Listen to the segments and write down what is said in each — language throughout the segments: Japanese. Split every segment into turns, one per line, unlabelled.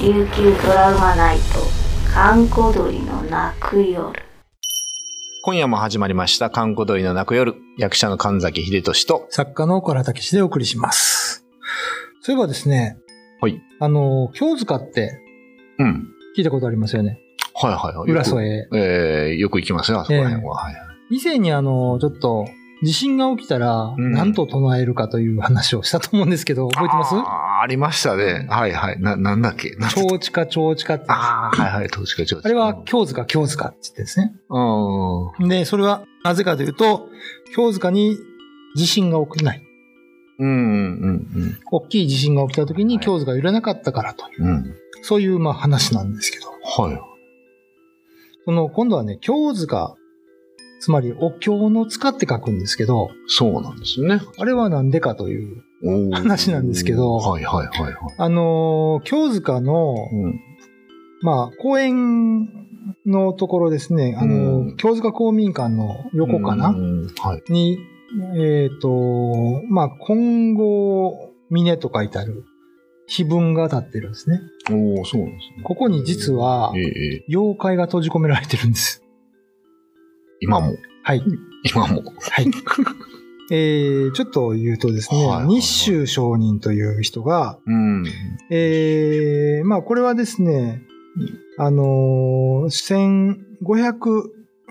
琉球ドラマナイト閑古鳥の泣く夜
今夜も始まりました、観光鳥の泣く夜。役者の神崎秀俊と、
作家の小原武史でお送りします。そういえばですね、
はい。
あの、京塚って
うん。
聞いたことありますよね。
はいはいはい。
浦
よく
添へ。
えー、よく行きますよ、あそこら辺は。はい
以前にあの、ちょっと、地震が起きたら、
うん
何と唱えるかという話をしたと思うんですけど、覚えてます
あーありましたね。はいはい。な、なんだっけ。なんだ
超地下、超地下って。あ
ああ、はいはい、当時か、当時か
れは、京塚、京塚って言ってですね。
うん。
で、それは、なぜかというと、京塚に地震が起きない。
うんうん
大きい地震が起きた時に
はい
京塚が揺れなかったからという、
うん。うん。
そういうまあ話なんですけど。
はい。
その、今度はね、京塚、つまりお経の塚って書くんですけど、
そうなんですね。
あれはなんでかという、
おー
話なんですけど
はいはいはいはい。
あのー京塚の、
うん。
まあ、公園のところですね、あのー
うん
京塚公民館の横かな、
うんはい。
に、えっ、と、まあ、金剛峰と書いてある碑文が立ってるんですね。
おおそうなんですね。
ここに実は
え、えええ
妖怪が閉じ込められてるんです。
今も、
はい。
今も。
はい。えー、ちょっと言うとですね、
はいはいはい
日州商人という人が、
うん。
えー、まあこれはですね、あのー、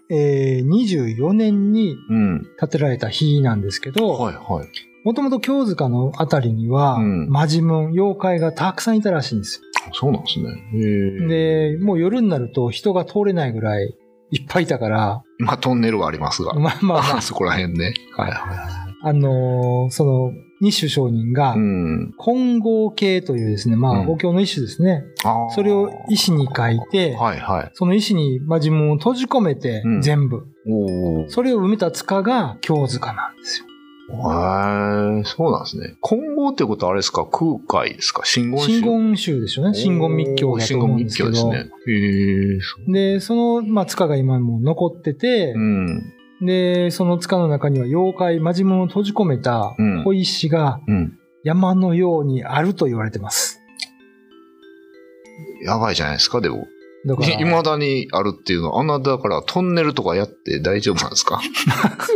1524年に
うん。
建てられた碑なんですけど、
はいはい。
もともと京塚のあたりには、
うん
マジムン、妖怪がたくさんいたらしいんです
そうなんですね。
よ。
ええ
で、もう夜になると人が通れないぐらいいっぱいいたから、
まあ、トンネルはありますが。
まあまあま
あ そこら辺ね。はいは
あ、あのーその、日州商人が、
い。うん。
混合系というですね、まあ、
うん
お経の一種ですね。
あー
それを石に書いて、
はいはい。
その石に、まあ、自分を閉じ込めて
うん、
全部、
おお。
それを埋めた塚が京塚なんですよ。
へえ、そうなんですね。混合ってことはあれですか空海ですか真言宗
真言宗でしょうね。真言密教だと思うんですけど。
真言
で
密教ですね。へえ、そう。
その、まあ、塚が今も残ってて
う、ん。
で、その塚の中には妖怪、マジムを閉じ込めた
うん
小石が
うん。
山のようにあると言われてます。
やばいじゃないですか、でも。
だから、
いまだにあるっていうのは、あんな、だからトンネルとかやって大丈夫なん ですか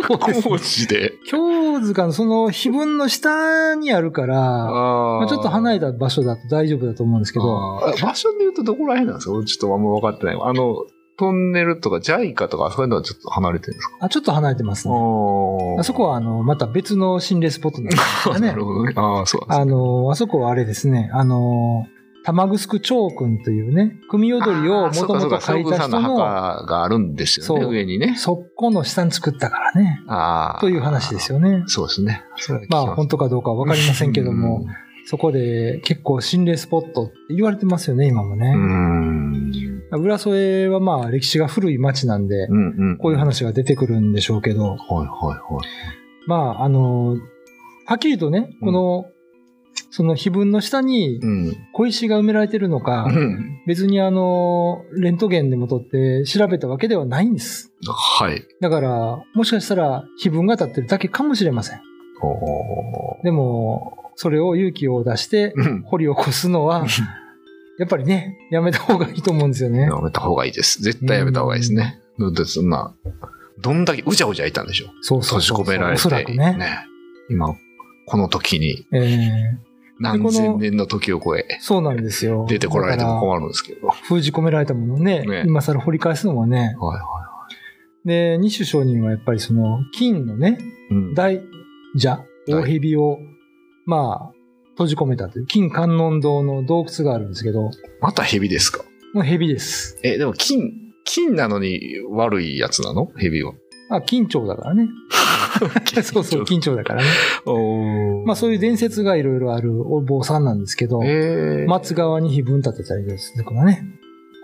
そうですね
工事で。
京塚のその碑文の下にあるから、
あ
まあ、ちょっと離れ
た
た場所だと大丈夫だと思うんですけど、
場所で言うとどこら辺なんですか俺ちょっとあんま分かってない。あの、トンネルとか、ジャイカとか、そういうのはちょっと離れてるんですか
あ、ちょっと離れてますね。あそこ
は、
は、あの、また別の心霊スポットなんですよね
なる。ほどね。 ああ、そうなんですね
あの、あそこはあれですね、あの、玉城長君というね、組踊りをもともと書い
あーそう
た人
かそうか将軍さんの
の、
墓があるんですよね、
そう
上にね。
そこの下に作ったからね、
ああ。
という話です
よ。
よね。
そうですね。それは聞き
ま
ま
あ、本当かどうかわかりませんけども、
す。
そこで結構心霊スポットって言われてますよね、今もね
う。ん。
浦添はまあ、歴史が古い町なんで
う、んうん。
こういう話が出てくるんでしょうけど、
はいはいはい。
まあ、あの、はっきりとね、この、その碑文の下に
うん。
小石が埋められてるのか、別にあの、レントゲンでも撮って調べたわけではないんです。
はい。
だから、もしかしたら碑文が立ってるだけかもしれません。
おお。
でも、それを勇気を出して
うん
掘り起こすのは、やっぱりね、やめた方がいいと思うんですよね
や。めた方がいいです。絶対やめた方がいいですね。だってそんな、どんだけうじゃうじゃいたんでしょう。
そう
閉
そう
じ
そう
込められ
おそ
て。
らくね。
今、この時に、
ええ
何千年の時を超え、
そうなんですよ。
出てこられても
だか
困るんですけど。はい
ら封じ込められたものをね、
ね
今更掘り返すのもね。
は
で、二種商人はやっぱりその、金のね、
い。うん
大蛇、大蛇を、まあ、閉じ込めたという、金観音堂の洞窟があるんですけど、も
また蛇ですか
う蛇です。
え、でも金、金なのに悪いやつなの蛇は。
あ、金鳥だからね。 そうそう、金鳥だからね。
お
まあそういう伝説がいろいろあるお坊さんなんですけど、
えー、
松川に碑文立てたりですとかね。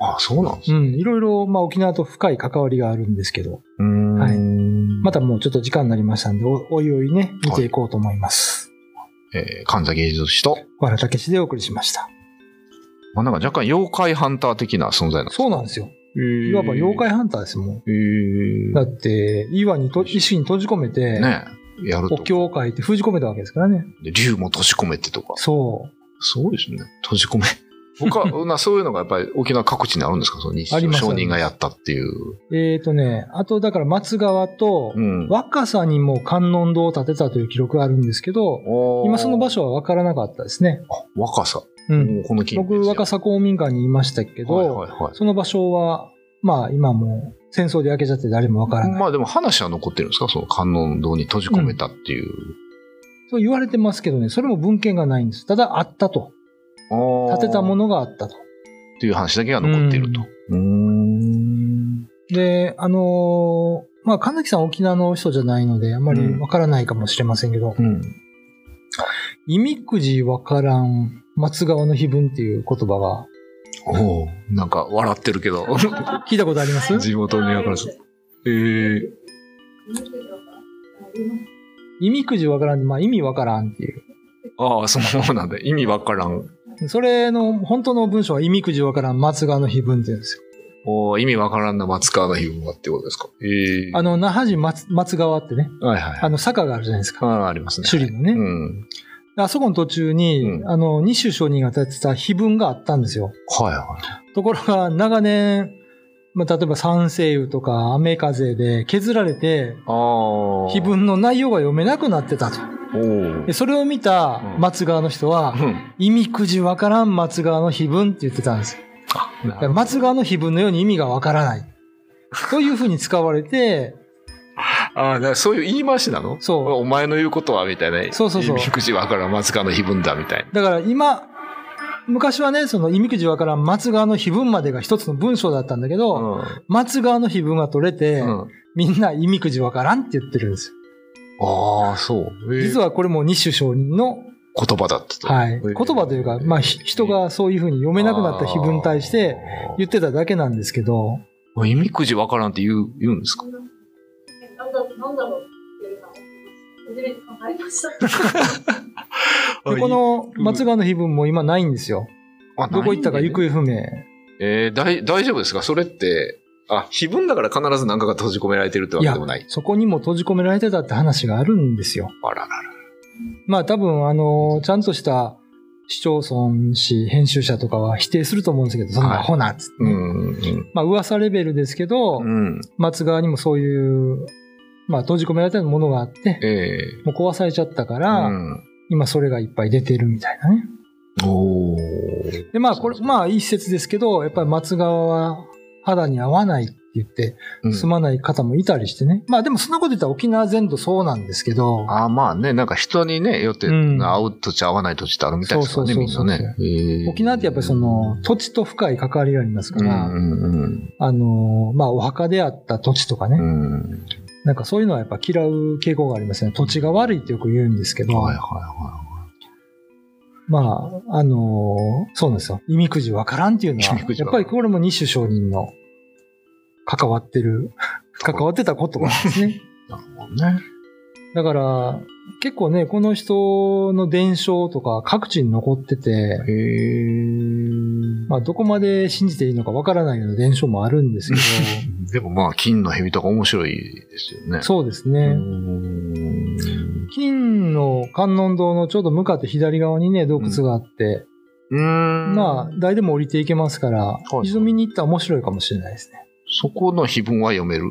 あ、そうなんです
う
ね。
ん、いろいろ、まあ沖縄と深い関わりがあるんですけど、
うーん
はいま
た、
たもうちょっと時間になりましたんで、おおいおいね、見ていこうと思います。
えー、神崎秀俊と、
小原武史でお送りしました。
まあ、なんか若干妖怪ハンター的な存在なんです
そうなんですよ。
い
いわば妖怪ハンターですもん。
えー、
だって、岩にと、石に閉じ込めて、
ねやると
お。経を書いて封じ込めたわけですからね。
で竜も閉じ込めてとか。
そ
すごいですね。閉じ込め。他、 なそういうのがやっぱり沖縄各地にあるんですかその日
あり
清
ます
商人がやったっていう。
えっ、とね、あとだから松川と
うん。
若さにも観音堂を建てたという記録があるんですけど、今その場
所。
所は分からなかったですね。
若さ。
うん。
もうこの近辺
僕、
ですよ
若さ公民館にいましたけど、
はいはいはい。
その場所は、まあ今もう戦争で焼けちゃって誰も分からない。
まあでも話は残ってるんですかその観音堂に閉じ込めたっていう。
そう言われてますけどね、それも文献がないんです。ただあったと。
あー
建てたものがあったと。
っていう話だけが残っていると。うーん。
で、あのーまあ、神崎さん沖縄の人じゃないので、あんまりわからないかもしれませんけど、
うん。
いみくじわからん、松川の碑文っていう言 葉が、
おーなんか笑ってるけど。
聞いたことありま す
地元に分からず。えー、
いみくじわからんって、まあ、意味わからんっていう。
ああ、そうなんだ。意味わからん。
それの、本当の文章は、いみくじわからん、松川の碑文って言うんですよ。
おー意味わからんな松川の日分はってことですか。ええ
あの、那覇市松松川ってね、
はいはいは
あ
い。
の、坂があるじゃないですか。
あありますね。
首里のね。
うん。
あそこの途中に、
うん
あの、二種商人が建てた碑文があったんですよ。
はいはい。
ところが、長年、まあ、例えば三星雨とか雨風で削られて、
ああ。
碑。文の内容が読めなくなってたと。
おー
でそれを見た松川の人は、
うん
意味くじわからん松川の碑文って言ってたんですよ。だから松川の碑文のように意味がわからない。というふうに使われて、
ああ、だからそういう言い回しなの
そう
お前の言うことはみたいな。
そうそうそう
意味くじわからん松川の日分だみたいな。
だから今、昔はね、その意味くじわからん松川の碑文までが一つの文章だったんだけど、
う
松川の碑文が取れて、
ん。うん。
みんな意味くじわからんって言ってるんですよ。
ああ、そう。えー
実はこれも日首商人の、
言葉だったと。
はい、
え
言
ー
葉というか、まあ、ひ人がそういうふうに読めなくなった碑文に対して言ってただけなんですけど、
あー。意味くじわからんって言う、言うんですか
なんだなんだろうっていうのを初めて考えました。
でこ、の松川の碑文も今ないんですよ。
あ
どこ行ったか
ないん
行
だね
方不明。
えー、大大丈夫ですかそれって、あ、非分だから必ず何かが閉じ込められてるってわ
い
け
や
でもない。、
そこにも閉じ込められてたって話があるんですよ。
あららら。
まあ多分、あの、ちゃんとした市町村市編集者とかは否定すると思うんですけど、そん
はい
なアホなっつって
う
ね、
ん。うん
まあ噂レベルですけど、
うん。
松川にもそういう、まあ閉じ込められてたものがあって、
ええ
もう壊されちゃったか
う
ら、
ん。
今それがいっぱい出てるみたいなね。
おー
で、まあこれ、
あ、
まあ一説ですけど、やっぱり松川は肌に合わないって言って、
うん
住まない方もいたりしてね。まあでもそんなこと言ったら沖縄全土そうなんですけど、
あーまあね、なんか人にね、よって、
うん
合う土地合わない土地ってあるみたいですからね、
そ
み
うんそ
な
うそうそ
ね。
う
ええ
沖縄ってやっぱりその、土地と深い関わりがあります
う
か
んう
ら、
ん
あのーまあお墓であった土地とかね、
うん。うん。
なんかそういうのはやっぱ嫌う傾向がありますね。土地が悪いってよく言うんですけど、
はいはいは
まあ、あのーそうなんですよ。意味くじわからんっていうの
意
は
味く、じ
や
わか
っぱ
らん
りこれも二種商人の関わってる、関わってたことなんです ね。
い。なるほどね。
だから、結構ね、この人の伝承とか各地に残ってて、
へえ。
まあ、どこまで信じていいのかわからないような伝承もあるんです け
でもまあ、金の蛇とか面白いですよね。
ど、そうです
う
ね。
ん
金の観音堂のちょうど向かって左側にね、洞窟があって、
うーん。
まあ、誰でも降りていけますから、
い
一度見に行ったら面白いかもしれないですね。
そこの碑文は読める。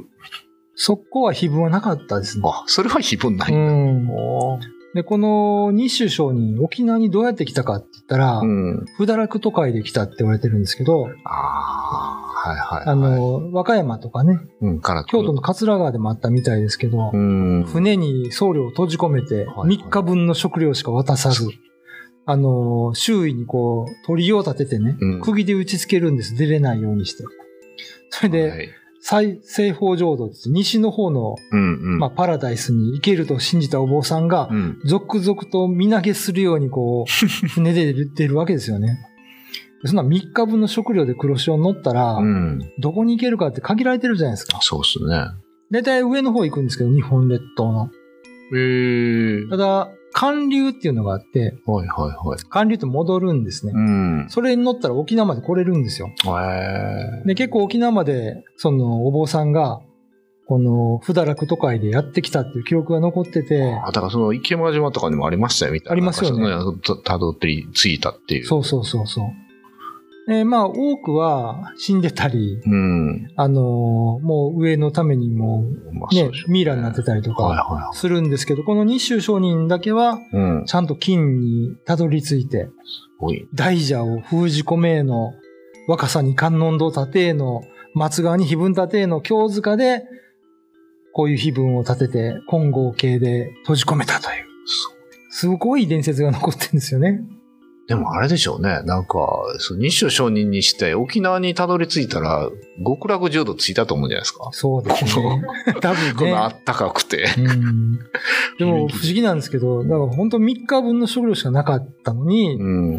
そこは碑文はなかったですね。
あ、それは碑文な
う
い。
ん。
おー
で、この二種商人、沖縄にどうやって来たかって言ったら、
うん。
不堕落都会で来たって言われてるんですけど、
ああ、はいはい、はい。
あ、の、和歌山とかね、
うん、から
京都の桂川でもあったみたいですけど
う、ん。
船に僧侶を閉じ込め
は
て、
いはい
3日分の食料しか渡さず、あの、周囲にこう、鳥を立ててね、
うん
釘で打ち付けるんです。出れないようにして。それ
は
で、
い
西西方浄土って言って西の方の、
うんうん。
まあ、パラダイスに行けると信じたお坊さんが
う、ん。
続々と身投げするように こう、船で出てるわけですよね。そんな3日分の食料で黒潮に乗ったら、
うん。
どこに行けるかって限られてるじゃないですか。
そうっすね。
だいたい上の方行くんですけど、日本列島の。
ええ
ただ、寒流っていうのがあって、
はいはいはい。
寒流って戻るんですね
う。ん。
それに乗ったら沖縄まで来れるんですよ。
ええ
で、結構沖縄まで、その、お坊さんが、この、不堕落都会でやってきたっていう記録が残ってて、
あ、だからその池間島とかにもありましたよ、みたいな。
ありますよね
なんかそのたどって着いたっていう。
そうそうそうそう。えーまあ、多くは死んでたり、
うん。
あのーもう上のためにも
ま
う、
そ
ね
うでしょ、う
ミイラになってたりと
はい
か
は
するんですけど、この日州商人だけは、
い。うん。
ちゃんと金にたどり着いて、
おい。
大蛇を封じ込めえの、若さに観音堂立てえの、松川に碑文立てえの、京塚で、こういう碑文を立てて、金剛系で閉じ込めたという。すごい伝説が残ってるんですよね。
でもあれでしょうね。なんか、そう日照商人にして沖縄にたどり着いたら、極楽浄土着いたと思うんじゃないですか。
そうで すね。多
こ
分
のあ
ね。
ったかくて。
うん、でも不思議なんですけど、だから本当3日分の食料しかなかったのに、
うん。うん。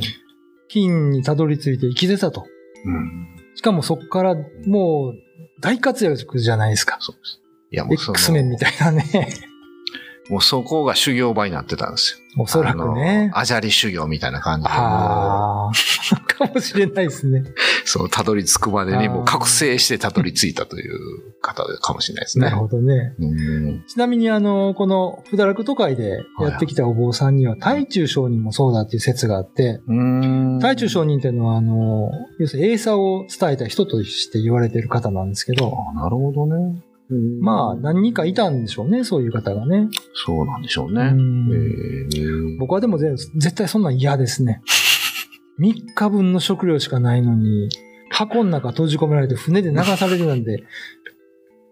金にたどり着いて生きてたと。しかもそこからもう大活躍じゃないですか。
そうです。いや、もうそ
X メンみ
の、
たいなね。
もうそこが修行場になってたんですよ。
おそらくね
あ。のアジャリ修行みたいな感じで。も
あ あ。かもしれないですね。
う その、たどり着くまでに、
あー
もう覚醒してたどり着いたという方かもしれないですね。
なるほどね。
うん。
ちなみにあの、この、ふだらく都会でやってきたお坊さんには、大中商人もそうだっていう説があって、
うん。
大中商人っていうのは、あの、要するに英差を伝えた人として言われてる方なんですけど、
あなるほどね。うん
まあ、何人かいたんでしょうね、そういう方がね。
そうなんでしょう
う
ね。
ん
えー
僕はでもぜ絶対そんなん嫌ですね。3日分の食料しかないのに、箱の中閉じ込められて船で流されるなんて、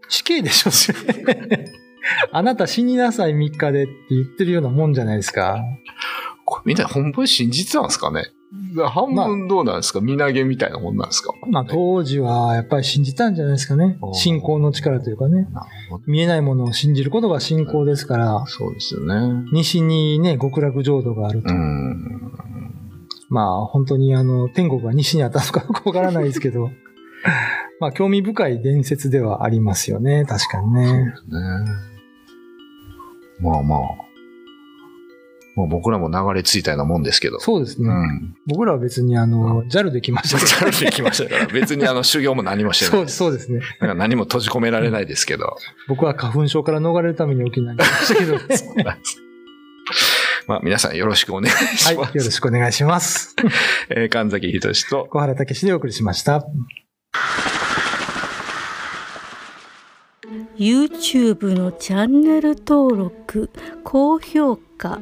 死刑でしょ、それ あなた死になさい3日でって言ってるようなもんじゃないですか。
これみんな本文信じてたんですかね半分どうなんですか身投げみたいなもんなんですか
まあ当時はやっぱり信じたんじゃないですかね
お。ー
信仰の力というかね。
なるほど。
見えないものを信じることが信仰ですから、
そうですよね。
西にね、極楽浄土があると。
うん。
まあ本当にあの、天国が西にあったのか よくわからないですけど、 まあ興味深い伝説ではありますよね、確かにね。
ねまあまあ。まあ僕らも流れ着いたようなもんですけど。
そうですね。
うん。
僕らは別にあの、JAL で来まし
ち
た
ゃ
けど
んと行きました から、別にあの修行も何もして
そ。
ないう
そうですね。
なんか何も閉じ込められないですけど。
僕は花粉症から逃れるために沖縄に来ましたけど、ね、
まあ皆さんよろしくお願い
はい、
し
よ
ます。
ろしくお願いします。
えー神崎仁と。
小原武史でお送りしました。
YouTube のチャンネル登録高評価